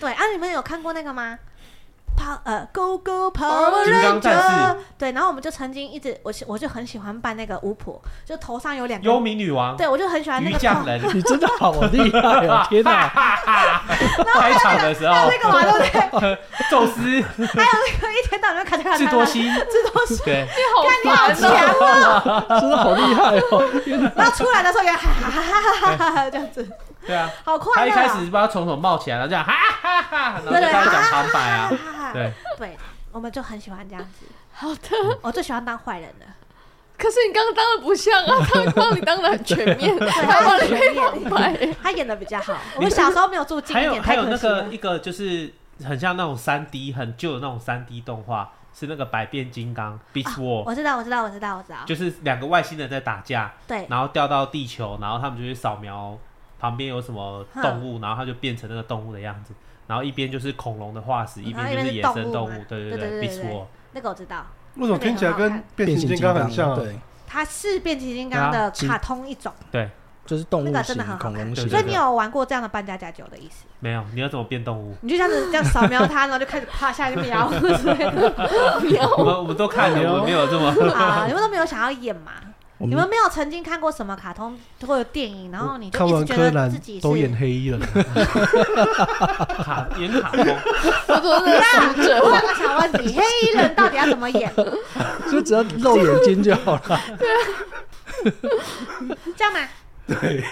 对啊，你们有看过那个吗？跑呃，Go Go Power 金刚战 Ranger，对，然后我们就曾经一直，我喜我就很喜欢扮那个巫婆，就头上有两幽个，冥女王、对我就很喜欢那鱼个匠头人，啊你真的好厉害 哦！天哎哪，开场的时候 那，个嘛，对不对？ 宙斯、 一天到晚就咔嚓咔嚓，智 多星，智多星，对，你好看你好烦哦。强哦！真的好厉害 哦！然后出来的时候也哈哈哈哈哈哈这样子，对啊，好快他一乐啊。开始是把他从头冒起来，然后这样哈哈哈，然后对就对开始讲哈旁白哈啊，哈哈，对， 对，我们就很喜欢这样子。好的，我最喜欢当坏人了，可是你刚刚当的不像啊，他帮你当的很全 面，对，他他帮你很配全面，白。他演的比较好。我们小时候没有住近还一有点，还太有可那惜个了。一个就是很像那种三 D 很旧的那种三 D 动画，是那个百变金刚 Beast 啊 War，、我知道，我知道，我知道，我知道。就是两个外星人在打架，对，然后掉到地球，然后他们就去扫描旁边有什么动物，然后它就变成那个动物的样子。然后一边就是恐龙的化石，一然后边就一边是是野动生物动物嘛，对对对对对，Beast 对 War，那个我知道，为什么听起来跟变变形形金金刚刚很像啊？对，它是变形金刚啊的卡通一种，就是动那物个真型的很、好恐龙看所型对以对的你。有玩过这样的扮家家酒的意思？没有，你要怎么变动物？你就这样子这样扫描它，然后就开始趴下去瞄之类的我们我们都看了，我们没有这 么。啊！你们都没有想要演嘛？我你们没有曾经看过什么卡通或者电影，然后哦你就看一完直觉柯得南自己都演是。黑衣了，卡演卡通，我怎么是啊死者我？有个小问题，黑衣人到底要怎么演？就只要露眼睛就好了。这样吗？对，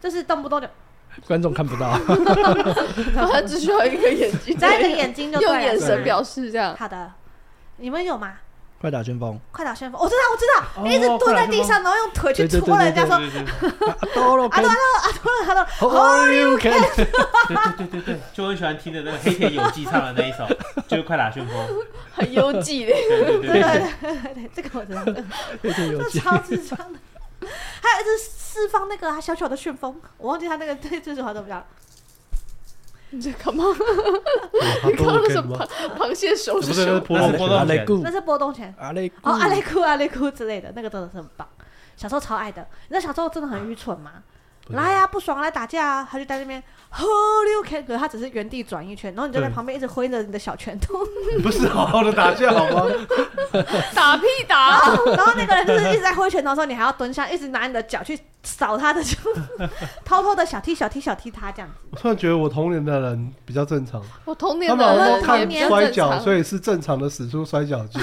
就是动不动就观众看不到，他只需要一个眼睛，只要一个眼睛就对用了眼是神吗表示这样。好的，你们有吗？快打旋风，快打旋风，我知道，我知道，哦一直蹲在地上，然后用腿去戳人家说对对对哆啦 A 梦他的 All you can，对对对对，就很喜欢听的那个黑田有纪唱的那一首，就是《快打旋风》。很幽寂的，对对对对对，对对对，这个我知道，有这超智障的。是释放那个啊小小的旋风，我忘记他那个这这句话怎么讲了。你在干嘛？好你看多到我什跟么 吗？螃蟹手不是是什那是么？波动那是波动拳，阿拳嗯雷固那，是波动拳阿雷哦，阿雷哭 阿雷哭之类的，那个真的是很棒。小时候超爱的，你知道小时候真的很愚蠢吗？来呀、不爽来打架啊！他就在那边呵溜 K，可是他只是原地转一圈，然后你就在对旁边一直挥着你的小拳头，不是好好的打架好吗？打屁打！然后那个人就是一直在挥拳头的时候，你还要蹲下，一直拿你的脚去扫他的脚， 偷偷的小踢小踢小踢他这样子。我突然觉得我童年的人比较正常，我童他年们的好像人都看也比较摔正跤，常。所以是正常的使出摔跤技，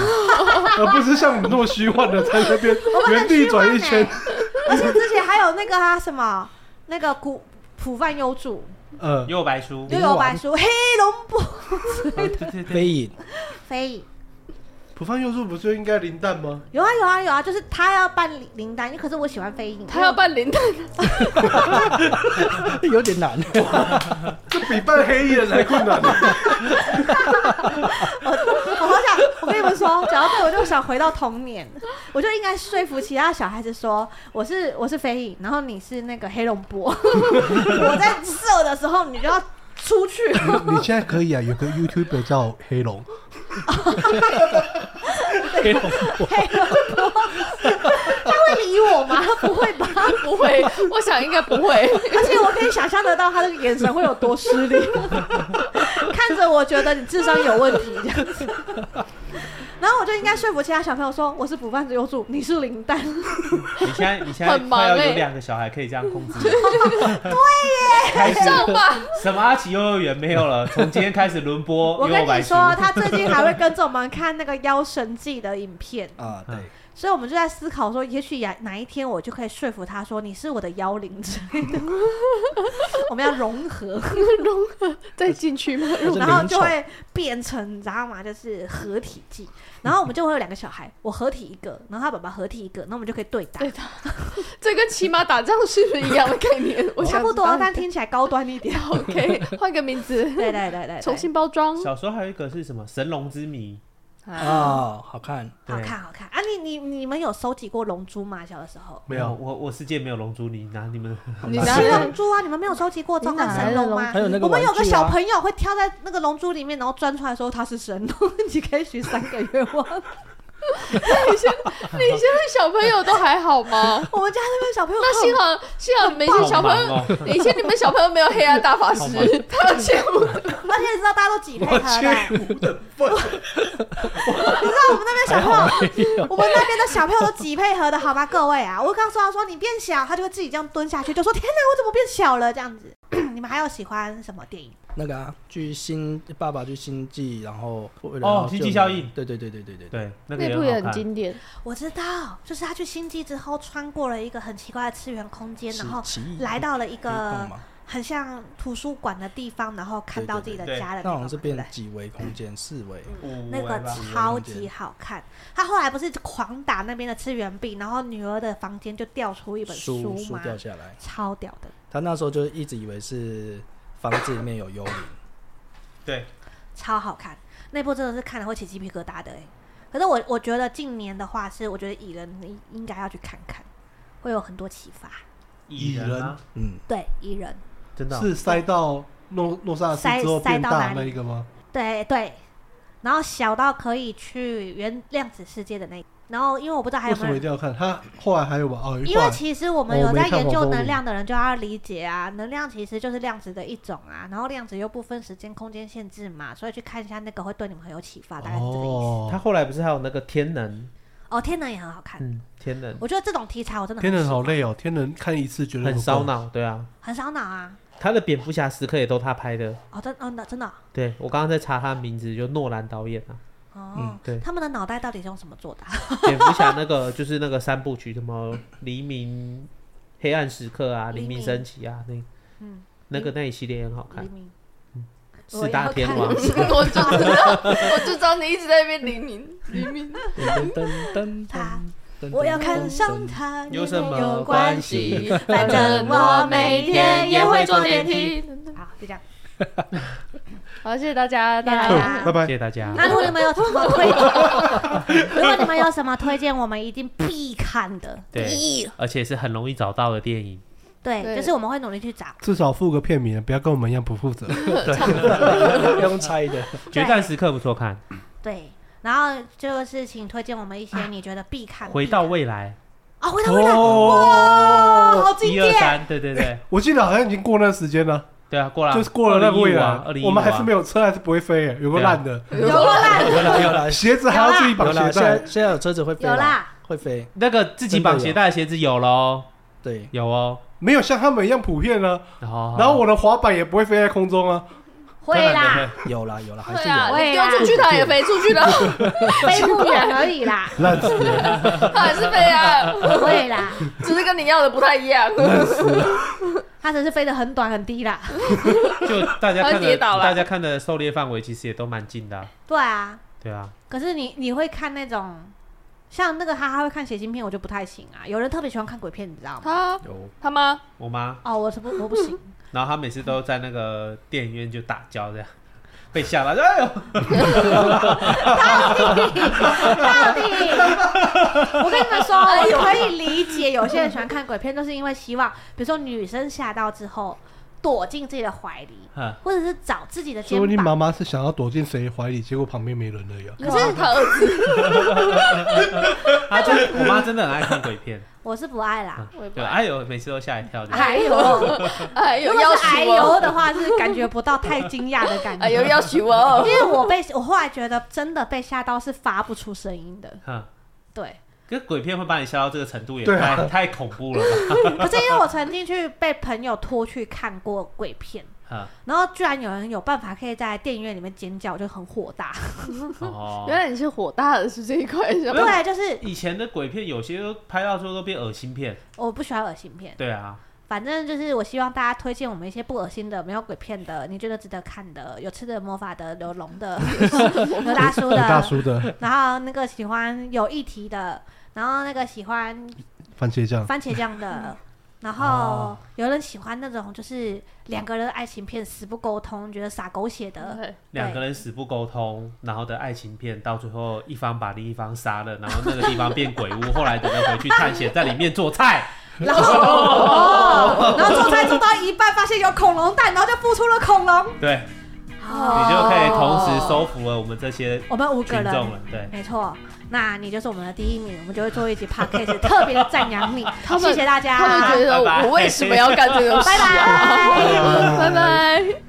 而不是像你们那么虚幻的在那边原地转一圈。而且之前还有那个啊什么那个古普范优助呃，右白书，又有白书黑龙波对对对，飞影， 飞影。普方右助不就应该零蛋吗？有啊有啊有啊，就是他要办林林丹，因为可是我喜欢飞影，他要扮林丹，有点难。这比扮黑衣人还困难。我好想，我跟你们说，讲到这，我就想回到童年， 我就应该说服其他小孩子说，我是我是飞影，然后你是那个黑龙波， 我在射的时候你就要出去， 你现在可以啊，有个 YouTube 叫黑龙，他会理我吗？他不会吧？不会，我想应该不会。而且我可以想象得到他的眼神会有多失礼， 看着我觉得你智商有问题这样子。然后我就应该说服其他小朋友说，我是补办优助，你是林丹。你现在你现在很忙快要欸有两个小孩可以这样控制，晚上吧，什么阿奇幼儿园没有了，从今天开始轮播我跟右你白书，说，他最近还会跟着我们看那个《妖神记》的影片，啊，对，所以我们就在思考说，也许哪哪一天我就可以说服他说你是我的妖灵之类 的，我们要融合，融合 再进去吗？我是嗯然后灵就宠会变成，你知道吗？就是合体技。然后我们就会有两个小孩，我合体一个，然后他爸爸合体一个，那我们就可以对打对，这跟骑马打仗是不是一样的 概念？我差想不多，啊但听听起来高端一 点。 OK，换个 名字，对对对对对，重新包装小时候还有一个是什么神龙之谜，啊！啊，好看，对好看好看啊！你你你们有收集过龙珠吗？小的时候？没有我我世界没有龙珠，你拿你们你 拿七来龙珠啊，你们没有收集过召唤神龙吗还？有那个我们有玩具个啊小朋友会跳在那个龙珠里面，然后钻出来说他是神龙， 你可以许三个愿望。你现在小朋友都还好 吗？我们家那边小朋友那幸好好幸好每天小朋友，好忙哦以前你们小朋友没有黑暗大法师，他要切我。而且你知道大家都挤配合的，你知道我们那边小朋友，我们那边的小朋友都挤配合的好吗？各位啊，我刚说他说你变小，他就会自己这样蹲下去，就说天哪，我怎么变小了这样子。 你们还有喜欢什么电影？那个啊，去星爸爸去星际，然后为了哦要星救际你效应对对对对对对对，对那个那部也也好很看，经典，我知道，就是他去星际之后，穿过了一个很奇怪的次元空间，然后奇奇异来到了一可以个动吗？很像图书馆的地方，然后看到自己的对对对家人。那好像是变对几维空间，四维，嗯五那维个吧超级好看。他后来不是狂打那边的次元壁，然后女儿的房间就掉出一本书书吗？掉下来，超屌的，他那时候就一直以为是房子里面有幽灵，对，超好看。那部真的是看了会起鸡皮疙瘩的哎、可是我我觉得近年的话是，我觉得蚁人你应该要去看看，会有很多启发。蚁人啊，嗯，对，蚁人，真的哦是塞到诺诺萨斯之后变大那一个吗？对对。然后小到可以去原量子世界的那，然后因为我不知道还为有什没么有一定要看？他后来还有吧？哦，因后为来其实我们哦有没在看研黄究蜂能女量的人就要理解啊，能量其实就是量子的一种啊，然后量子又不分时间、空间限制嘛，所以去看一下那个会对你们很有启发，大概是这个意思。他哦，后来不是还有那个天能，哦，天能也很好看，嗯，天能我觉得这种题材我真的天人喜好欢，累哦，天人看一次觉得很烧脑。脑，对啊，很烧脑啊。他的蝙蝠侠时刻也都他拍的，哦，真哦，那真的哦对我刚刚在查他的名字，就诺兰导演啊，嗯哦，对他们的脑袋到底是用什么做的 啊？蝙蝠侠那个就是那个三部曲，什么黎明、黑暗时刻啊、黎明升起啊，那嗯那个那一系列也很好看黎，明，四大天 我王就。知道，我就知道你一直在那边黎明黎明。噔噔噔噔 他噔，啊我要看噔上噔他，嗯有也什没么有关关系？系反正我每天也会坐电梯。好，就这样。好，谢谢大家，谢谢大家大家拜拜谢。谢大家。那如果你们有什么推荐， 如果你们有什么推荐，我们一定必看的。对必而且是很容易找到的电影，对，对就是我们会努力去找。至少付个片名，不要跟我们一样不负责。不用猜 的。 《决战时刻》不错看，对，然后就是请推荐我们一些你觉得必看。 《回到未来啊，回到未来，哦，好》经一二典。三，对对对我记得好像已经过那时间了，对啊，过了啊，就是过了那部未来二零一五，啊我们还是没有有车，还是不会飞耶，有个烂的，有 啦有啦有啦鞋子还要自己绑有啦，鞋现在带，现在有车子会飞有啦，啦，会飞。那个自己绑鞋带的鞋子有喽，对，有哦。没有像他们一样普遍啊。然后然后我的滑板也不会飞在空中啊，会啦，，有啦有啦，还对是啊，有。会你丢啊出去它也飞出去了， 飞不远而已 啦，烂死了，它还是飞啊，会啦，只是跟你要的不太一样。烂死了。它只是飞得很短很低啦。就大家 他看跌的，倒了大家看的狩猎范围其实也都蛮近的啊，对啊，对啊，可是你你会看那种，像那个哈哈会看血腥片，我就不太行啊。有人特别喜欢看鬼片，你知道吗？他有他吗？我妈，哦，我是不我不行，然后她每次都在那个电影院就打交这样， 被吓到，哎呦， 到底？我跟你们说，哎我可以理解有些人喜欢看鬼片，都是因为希望，比如说女生吓到之后躲进自己的怀里，哼或者是找自己的肩说不定妈膀。妈是想要躲进谁怀里，结果旁边没人了呀。可是他儿子，她真的，我妈真的很爱看鬼 片，我是不爱啦。啊我也不对，爱啊哎呦，每次都吓一跳，这样哎呦，如哎有果要是哎求呦哦，的话，是感觉不到太惊讶的感哎有觉。要求哦因，为我被我后来觉得真的被吓到是发不出声音的，哼，对。可是鬼片会把你吓到这个程度也对啊 太太恐怖了 吧， 可是因为我曾经去被朋友拖去看过鬼片，哼然后居然有人有办法可以在电影院里面尖叫，我就很火大。哦原来你是火大的是这一块，是吧？对，就是以前的鬼片有些都拍到最后都变恶心片，我不喜欢恶心片，对啊，反正就是我希望大家推荐我们一些不恶心的、没有鬼片的，你觉得值得看的，有吃的魔法的、有龙的、有大叔啊有大的，叔的然后那个喜欢有议题的，然后那个喜欢番茄酱，番茄酱嗯的。然后哦有人喜欢那种就是两个人爱情片死不沟通，觉得撒狗血的，对两个人死不沟通，然后的爱情片到最后一方把另一方杀了，然后那个地方 变鬼屋，后来等人回去探险，在里面做菜，然后、哦哦、然后做菜做到一半发现有恐龙蛋，然后就孵出了恐龙，对哦你就可以同时收服了我们这些我们五个群人众了，对，没错，那你就是我们的第一名，我们就会做一集 podcast 特别的赞扬你，他们谢谢大家，他们觉得拜拜我为什么要干这种事拜啊？拜。拜拜。